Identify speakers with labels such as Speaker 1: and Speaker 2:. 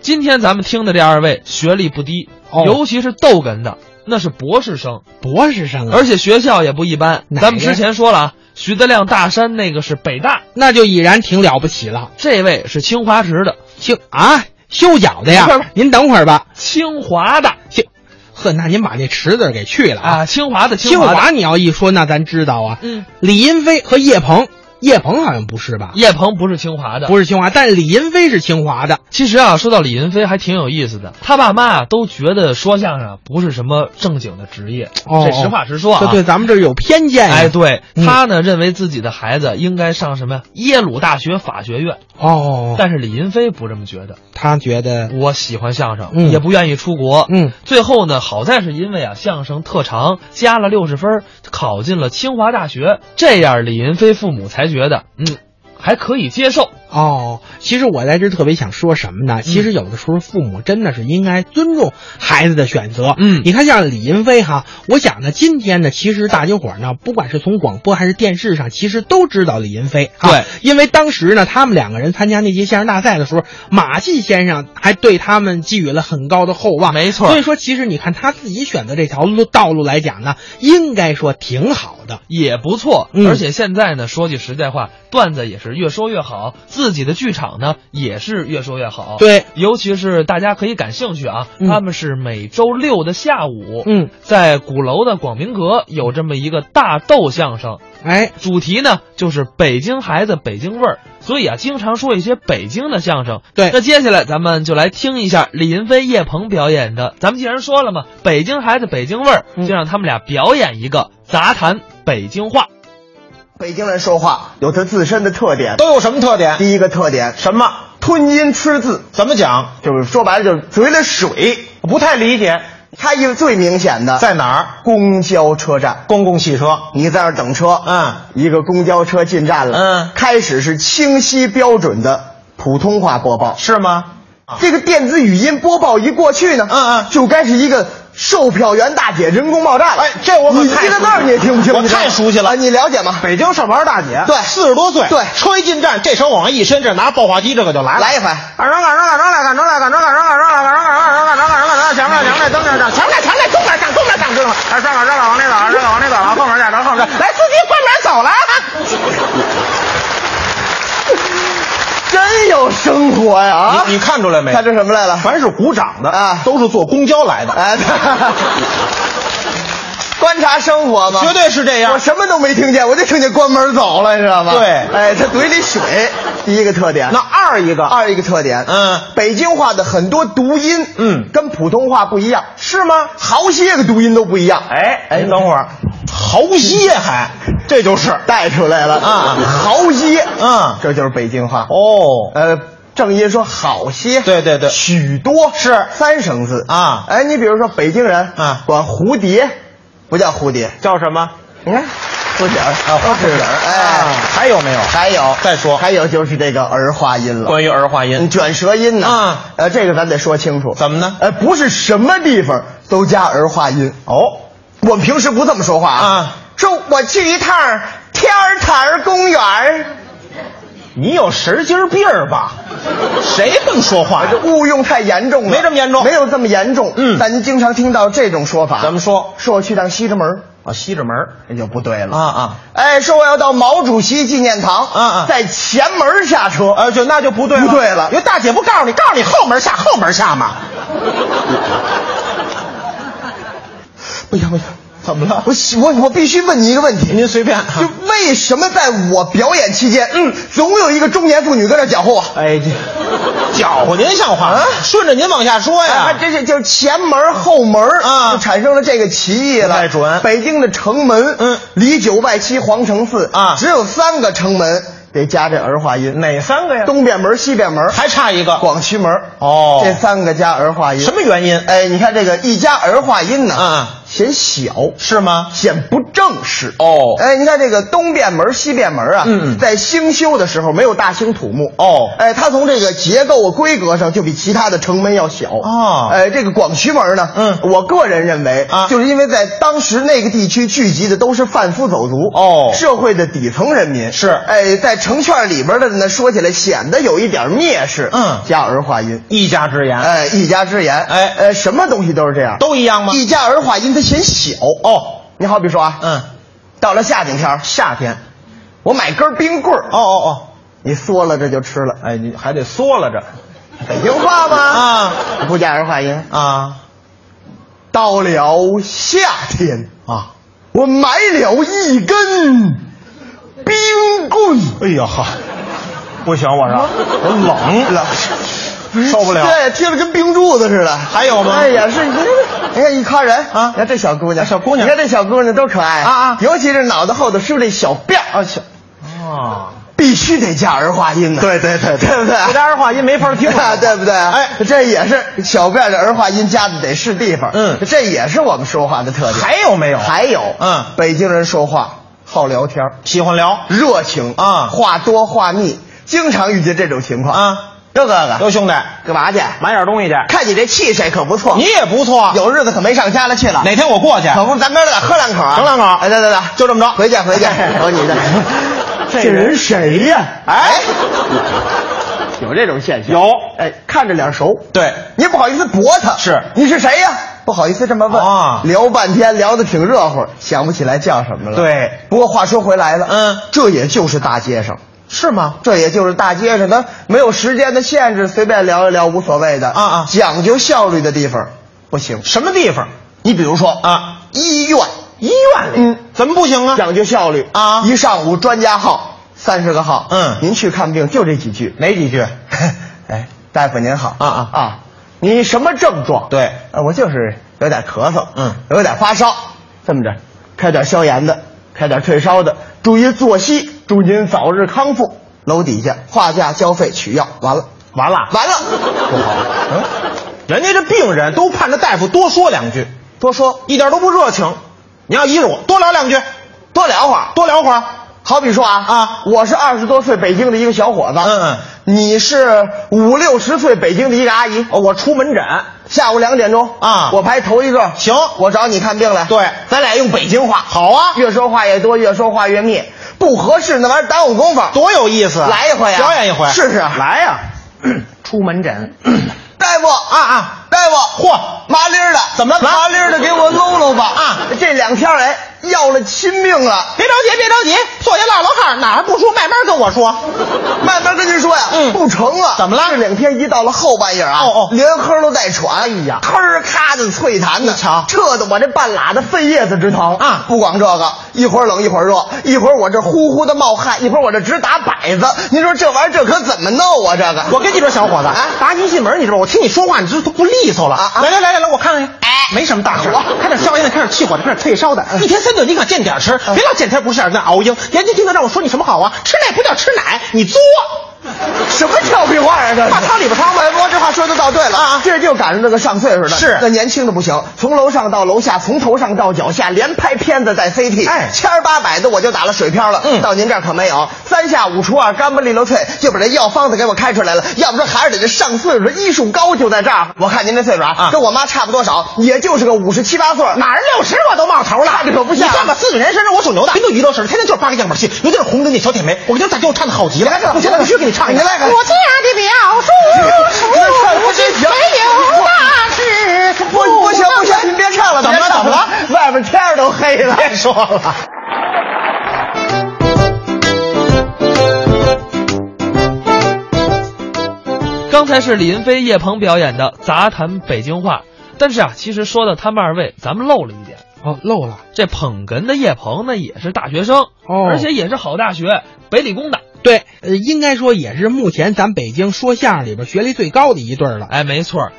Speaker 1: 今天咱们听的这二位学历不低，
Speaker 2: 哦
Speaker 1: 尤其是逗哏的，那是博士生，
Speaker 2: 博士生啊，
Speaker 1: 而且学校也不一般。
Speaker 2: 哪
Speaker 1: 咱们
Speaker 2: 个
Speaker 1: 之前说了啊，徐德亮大山那个是北大，
Speaker 2: 那就已然挺了不起了。
Speaker 1: 这位是清华池的，
Speaker 2: 清啊，修脚
Speaker 1: 不
Speaker 2: 的
Speaker 1: 是不是
Speaker 2: 呀，您等会儿吧。
Speaker 1: 清华的
Speaker 2: 清，呵，那您把这池字儿给去了啊。
Speaker 1: 啊，清华的
Speaker 2: 清
Speaker 1: 华的，
Speaker 2: 华，你要一说，那咱知道啊。
Speaker 1: 嗯，
Speaker 2: 李银飞和叶鹏，叶鹏好像不是吧？
Speaker 1: 叶鹏不是清华的，
Speaker 2: 不是清华，但李银飞是清华的。
Speaker 1: 其实啊，说到李云飞还挺有意思的，他爸妈啊都觉得说相声啊不是什么正经的职业，
Speaker 2: 哦
Speaker 1: 这实话实说啊。
Speaker 2: 这对咱们这儿有偏见呀。
Speaker 1: 哎，对
Speaker 2: 嗯
Speaker 1: 他呢，认为自己的孩子应该上什么呀？耶鲁大学法学院。
Speaker 2: 哦，
Speaker 1: 但是李云飞不这么觉得，
Speaker 2: 他觉得，
Speaker 1: 我喜欢相声，
Speaker 2: 嗯
Speaker 1: 也不愿意出国。
Speaker 2: 嗯，
Speaker 1: 最后呢，好在是因为啊相声特长加了六十分，考进了清华大学。这样李云飞父母才觉得，嗯，还可以接受。
Speaker 2: 哦，其实我在这儿特别想说什么
Speaker 1: 嗯
Speaker 2: 呢？其实有的时候父母真的是应该尊重孩子的选择。
Speaker 1: 嗯
Speaker 2: 你看像李银飞哈，我想呢，今天呢，其实大家伙儿呢，不管是从广播还是电视上，其实都知道李银飞。哈
Speaker 1: 对，
Speaker 2: 因为当时呢，他们两个人参加那届相声大赛的时候，马季先生还对他们寄予了很高的厚望。
Speaker 1: 没错
Speaker 2: 所以说其实你看他自己选择这条路道路来讲呢，应该说挺好的。
Speaker 1: 也不错，
Speaker 2: 嗯
Speaker 1: 而且现在呢，说句实在话，段子也是越说越好，自己的剧场呢也是越说越好。，
Speaker 2: 对，
Speaker 1: 尤其是大家可以感兴趣啊，
Speaker 2: 嗯
Speaker 1: 他们是每周六的下午，
Speaker 2: 嗯，
Speaker 1: 在鼓楼的广明阁有这么一个大逗相声，
Speaker 2: 哎，
Speaker 1: 主题呢就是北京孩子北京味儿，所以啊，经常说一些北京的相声。
Speaker 2: 对
Speaker 1: 那接下来咱们就来听一下李云飞、叶鹏表演的。咱们既然说了嘛，北京孩子北京味儿，
Speaker 2: 嗯
Speaker 1: 就让他们俩表演一个杂谈北京话。
Speaker 3: 北京人说话有他自身的特点，
Speaker 4: 都有什么特点？
Speaker 3: 第一个特点
Speaker 4: 什么？
Speaker 3: 吞音吃字，
Speaker 4: 怎么讲？
Speaker 3: 就是说白了就是嘴里水。
Speaker 4: 不太理解，
Speaker 3: 他一个最明显的
Speaker 4: 在哪儿？
Speaker 3: 公交车站，
Speaker 4: 公共汽车。
Speaker 3: 你在那儿等车，
Speaker 4: 嗯，
Speaker 3: 一个公交车进站了，
Speaker 4: 嗯
Speaker 3: 开始是清晰标准的普通话播报，
Speaker 4: 是吗？啊，
Speaker 3: 这个电子语音播报一过去呢，
Speaker 4: 嗯嗯
Speaker 3: 就该是一个售票员大姐人工报站了。
Speaker 4: 哎这我可
Speaker 3: 你
Speaker 4: 太
Speaker 3: 一个
Speaker 4: 熟
Speaker 3: 字儿
Speaker 4: 悉
Speaker 3: 你也听不清，
Speaker 4: 我
Speaker 3: 你知道吗
Speaker 4: 太熟悉了
Speaker 3: 啊你了解吗？
Speaker 4: 北京上班大姐，
Speaker 3: 对
Speaker 4: 四十多岁，
Speaker 3: 对
Speaker 4: 车一进站，这手往上一伸，这拿爆话机这个就来了，
Speaker 3: 来一回
Speaker 4: 赶上赶上赶上来，赶上来，赶上赶上赶上赶上赶上赶上赶上赶上，前面前面灯着灯，前面前面东边上东边上，知道吗？哎，上赶上赶往那走，上赶往那走，往后面站，往后面站，来，司机关门走了。
Speaker 3: 真有生活呀啊！
Speaker 4: 你你看出来没？
Speaker 3: 看出什么来了？
Speaker 4: 凡是鼓掌的
Speaker 3: 啊
Speaker 4: 都是坐公交来的，
Speaker 3: 哎，观察生活嘛，
Speaker 4: 绝对是这样
Speaker 3: 我。什么都没听见，我就听见关门走了，你知道吗？
Speaker 4: 对
Speaker 3: 哎，他嘴里水，第一个特点。
Speaker 4: 那二一个，
Speaker 3: 二一个特点，
Speaker 4: 嗯
Speaker 3: 北京话的很多读音，
Speaker 4: 嗯
Speaker 3: 跟普通话不一样，
Speaker 4: 是吗？
Speaker 3: 好些个读音都不一样。
Speaker 4: 哎哎，等会儿，豪些还，这就是
Speaker 3: 带出来了
Speaker 4: 啊
Speaker 3: 好些，
Speaker 4: 嗯
Speaker 3: 这就是北京话。
Speaker 4: 哦，
Speaker 3: 呃，正音说好些，
Speaker 4: 对对对
Speaker 3: 许多
Speaker 4: 是
Speaker 3: 三声字
Speaker 4: 啊
Speaker 3: 哎，你比如说北京人
Speaker 4: 啊
Speaker 3: 管蝴蝶不叫蝴蝶，
Speaker 4: 叫什么？
Speaker 3: 你看，蝴蝶儿
Speaker 4: 啊，花枝
Speaker 3: 蝴蝶儿
Speaker 4: 哎，
Speaker 3: 哎，
Speaker 4: 还有没有？
Speaker 3: 还有
Speaker 4: 再说
Speaker 3: 还有就是这个儿化音了。
Speaker 4: 关于儿化音
Speaker 3: 嗯，卷舌音呢？
Speaker 4: 啊
Speaker 3: 呃，这个咱得说清楚。
Speaker 4: 怎么呢
Speaker 3: 呃，不是什么地方都加儿化音。
Speaker 4: 哦，
Speaker 3: 我们平时不这么说话
Speaker 4: 啊。
Speaker 3: 说我去一趟天儿塔儿公园儿，
Speaker 4: 你有神经病儿吧？谁这么说话呀？啊
Speaker 3: 误用太严重了。
Speaker 4: 没这么严重
Speaker 3: 没有这么严重。
Speaker 4: 嗯
Speaker 3: 但您经常听到这种说法。
Speaker 4: 怎么说？
Speaker 3: 说我去趟西直门儿，
Speaker 4: 啊，西直门儿
Speaker 3: 那就不对了
Speaker 4: 啊。啊，
Speaker 3: 哎，说我要到毛主席纪念堂，
Speaker 4: 啊啊
Speaker 3: 在前门儿下车。
Speaker 4: 呃，就那就不对了，
Speaker 3: 不对了
Speaker 4: 因为大姐不告诉你，告诉你后门下，后门下嘛。
Speaker 3: 不行不行，
Speaker 4: 怎么了
Speaker 3: 我喜我我必须问你一个问题，
Speaker 4: 您随便啊
Speaker 3: 就为什么在我表演期间，嗯，总有一个中年妇女搁这搅和我？
Speaker 4: 哎，这搅和您像话吗？啊顺着您往下说呀。
Speaker 3: 哎，这是就是前门后门
Speaker 4: 啊
Speaker 3: 就产生了这个歧义了。
Speaker 4: 不太准
Speaker 3: 北京的城门，
Speaker 4: 嗯
Speaker 3: 离九外七皇城寺
Speaker 4: 啊
Speaker 3: 只有三个城门得加这儿化音。
Speaker 4: 哪三个呀？
Speaker 3: 东便门、西便门，
Speaker 4: 还差一个
Speaker 3: 广渠门。
Speaker 4: 哦
Speaker 3: 这三个加儿化音。
Speaker 4: 什么原因？
Speaker 3: 哎，你看这个一加儿化音呢，
Speaker 4: 嗯嗯
Speaker 3: 显小，
Speaker 4: 是吗？
Speaker 3: 显不正式。
Speaker 4: 哦
Speaker 3: 哎，您看这个东便门、西便门啊，
Speaker 4: 嗯
Speaker 3: 在兴修的时候没有大兴土木。
Speaker 4: 哦
Speaker 3: 哎，它从这个结构规格上就比其他的城门要小。
Speaker 4: 哦
Speaker 3: 哎，这个广渠门呢，
Speaker 4: 嗯
Speaker 3: 我个人认为
Speaker 4: 啊
Speaker 3: 就是因为在当时那个地区聚集的都是贩夫走卒，
Speaker 4: 哦
Speaker 3: 社会的底层人民
Speaker 4: 是
Speaker 3: 哎，在城圈里边的呢，说起来显得有一点蔑视。
Speaker 4: 嗯
Speaker 3: 加儿化音。
Speaker 4: 一家之言，
Speaker 3: 哎，一家之言，
Speaker 4: 啊哎
Speaker 3: 呃，什么东西都是这样，
Speaker 4: 都一样吗？
Speaker 3: 一家儿化音它显小
Speaker 4: 哦，
Speaker 3: 你好比说啊，
Speaker 4: 嗯，
Speaker 3: 到了夏景天儿，夏天，我买根冰棍儿，
Speaker 4: 哦哦哦，
Speaker 3: 你缩了这就吃了，
Speaker 4: 哎，你还得缩了着
Speaker 3: 北京话吗？
Speaker 4: 啊
Speaker 3: 不加儿化音。
Speaker 4: 啊
Speaker 3: 到了夏天，
Speaker 4: 啊！
Speaker 3: 我买了一根冰棍，
Speaker 4: 哎呀哈，不行，我说我 冷
Speaker 3: 冷
Speaker 4: 受不了。
Speaker 3: 对，贴的跟冰柱子似的。
Speaker 4: 还有吗
Speaker 3: 哎呀，是你看这， 你看一看人
Speaker 4: 啊
Speaker 3: 你看这小姑娘，
Speaker 4: 小姑娘
Speaker 3: 你看这小姑娘多可爱
Speaker 4: 啊啊
Speaker 3: 尤其是脑袋后头梳这小辫儿啊，小。
Speaker 4: 啊，
Speaker 3: 必须得加儿化音呢。
Speaker 4: 对对对对
Speaker 3: 对不对？
Speaker 4: 不加儿化音没法听
Speaker 3: 啊， 对不对？
Speaker 4: 哎
Speaker 3: 这也是小辫儿的儿化音加的得是地方。
Speaker 4: 嗯
Speaker 3: 这也是我们说话的特点。
Speaker 4: 还有没有？
Speaker 3: 还有，
Speaker 4: 嗯
Speaker 3: 北京人说话好聊天儿，
Speaker 4: 喜欢聊
Speaker 3: 热情
Speaker 4: 啊
Speaker 3: 话多话密，经常遇见这种情况。
Speaker 4: 啊？
Speaker 3: 哟哥哥，
Speaker 4: 刘兄弟，
Speaker 3: 干嘛去？
Speaker 4: 买点东西去。
Speaker 3: 看你这气势可不错，
Speaker 4: 你也不错啊，
Speaker 3: 有日子可没上家了去了。
Speaker 4: 哪天我过去，
Speaker 3: 可不，咱哥俩喝两口啊！
Speaker 4: 整两口
Speaker 3: 哎，对对对，
Speaker 4: 就这么着
Speaker 3: 回去回去， 走哦你的。
Speaker 4: 这人
Speaker 3: 谁呀？哎，有这种现象。
Speaker 4: 有
Speaker 3: 哎，看着脸熟，
Speaker 4: 对
Speaker 3: 你也不好意思驳他。
Speaker 4: 是
Speaker 3: 你是谁呀？不好意思这么问
Speaker 4: 啊
Speaker 3: 聊半天聊得挺热乎，想不起来叫什么了。
Speaker 4: 对
Speaker 3: 不过话说回来了，
Speaker 4: 嗯
Speaker 3: 这也就是大街上。
Speaker 4: 是吗？
Speaker 3: 这也就是大街上的没有时间的限制，随便聊一聊无所谓的
Speaker 4: 啊啊
Speaker 3: 讲究效率的地方不行。
Speaker 4: 什么地方？
Speaker 3: 你比如说
Speaker 4: 啊，
Speaker 3: 医院，
Speaker 4: 医院里。
Speaker 3: 嗯
Speaker 4: 怎么不行啊？
Speaker 3: 讲究效率
Speaker 4: 啊
Speaker 3: 一上午专家号三十个号，
Speaker 4: 嗯
Speaker 3: 您去看病就这几句。
Speaker 4: 哪几句？
Speaker 3: 哎，大夫您好
Speaker 4: 啊啊
Speaker 3: 啊，你什么症状？
Speaker 4: 对
Speaker 3: 呃，我就是有点咳嗽，
Speaker 4: 嗯
Speaker 3: 有点发烧，这么着，开点消炎的，开点退烧的，注意作息，祝您早日康复。楼底下话价交费取药，完了，
Speaker 4: 完了，
Speaker 3: 完了，不好，
Speaker 4: 嗯，人家这病人都盼着大夫多说两句，
Speaker 3: 多说
Speaker 4: 一点都不热情。你要依着我，多聊两句，
Speaker 3: 多聊会儿，
Speaker 4: 多聊会儿。
Speaker 3: 好比说啊
Speaker 4: 啊
Speaker 3: 我是二十多岁北京的一个小伙子，
Speaker 4: 嗯嗯，
Speaker 3: 你是五六十岁北京的一个阿姨，
Speaker 4: 哦我出门诊，
Speaker 3: 下午两点钟
Speaker 4: 啊
Speaker 3: 我排头一个，
Speaker 4: 行
Speaker 3: 我找你看病来，
Speaker 4: 对
Speaker 3: 咱俩用北京话，
Speaker 4: 好啊
Speaker 3: 越说话越多，越说话越密，不合适那玩意儿耽误功夫，
Speaker 4: 多有意思啊！
Speaker 3: 来一回啊
Speaker 4: 表演一回，
Speaker 3: 试试
Speaker 4: 来呀、出门诊，
Speaker 3: 大夫啊
Speaker 4: 啊，
Speaker 3: 大夫，
Speaker 4: 嚯
Speaker 3: 麻溜儿的，
Speaker 4: 怎么了
Speaker 3: 麻溜儿的给我弄弄吧
Speaker 4: 啊
Speaker 3: 这两天哎要了亲命了，
Speaker 4: 别着急，别着急，坐下唠唠嗑，哪儿不舒服慢慢跟我说。
Speaker 3: 慢慢跟您说呀，
Speaker 4: 嗯
Speaker 3: 不成啊！
Speaker 4: 怎么了
Speaker 3: 这两天一到了后半夜啊，
Speaker 4: 哦哦嗯
Speaker 3: 连哼都带喘，哎呀，忒儿咔的脆痰的，
Speaker 4: 瞧
Speaker 3: 这的我这半拉的肺叶子直疼
Speaker 4: 啊
Speaker 3: 不光这个，一会儿冷一会儿热，一会儿我这呼呼的冒汗，一会儿我这直打摆子，您说这玩意儿这可怎么弄啊？这个
Speaker 4: 我跟你说，小伙子，
Speaker 3: 啊
Speaker 4: 打你进门，你知道吗？我听你说话，你这都不利索了。
Speaker 3: 啊啊
Speaker 4: 来来来来来，我看看去。哎，没什么大事儿，开点消炎的，开点去火的，开点退烧的，
Speaker 3: 哎
Speaker 4: 一天三顿你可见点儿吃，别老见天不是眼在熬鹰。研究听得让我说你什么好啊？吃奶不叫吃奶，你作。
Speaker 3: 什么俏皮话啊？这
Speaker 4: 大汤里边汤
Speaker 3: 吧。我这话说的倒对了啊，这就赶上这个上岁数的，
Speaker 4: 是
Speaker 3: 那年轻的不行，从楼上到楼下，从头上到脚下，连拍片子带 CT，
Speaker 4: 哎
Speaker 3: 千儿八百的我就打了水漂了。
Speaker 4: 嗯
Speaker 3: 到您这儿可没有，三下五除二，干巴利落退，就把这药方子给我开出来了。要不说还是得这上岁数的医术高就在这儿。我看您这岁数啊
Speaker 4: 啊，
Speaker 3: 跟我妈差不多少，也就是个五十七八岁儿。
Speaker 4: 哪儿六十我都冒头了，
Speaker 3: 这可不像
Speaker 4: 你这么自个人身上我属牛的，别都娱乐事儿天天就是扒个样板戏，尤其是红灯那小铁梅，我跟你说，大姐我唱的好极了
Speaker 3: 来来，
Speaker 4: 我现在必须给你唱一个。
Speaker 3: 你来来
Speaker 4: 我家的表叔 叔
Speaker 3: 不行不行
Speaker 4: 没有大事
Speaker 3: 不不行不行，您别唱了，
Speaker 4: 怎么了
Speaker 3: 别唱
Speaker 4: 怎么了？
Speaker 3: 外边天儿都黑了。
Speaker 4: 别说了。
Speaker 1: 刚才是林飞、叶鹏表演的杂谈北京话，但是啊，其实说到他们二位，咱们漏了一点。
Speaker 2: 哦，漏了。
Speaker 1: 这捧哏的叶鹏呢，也是大学生，
Speaker 2: 哦
Speaker 1: 而且也是好大学，北理工的。
Speaker 2: 对，呃，应该说也是目前咱北京说相声里边学历最高的一对儿了。
Speaker 1: 哎，没错儿，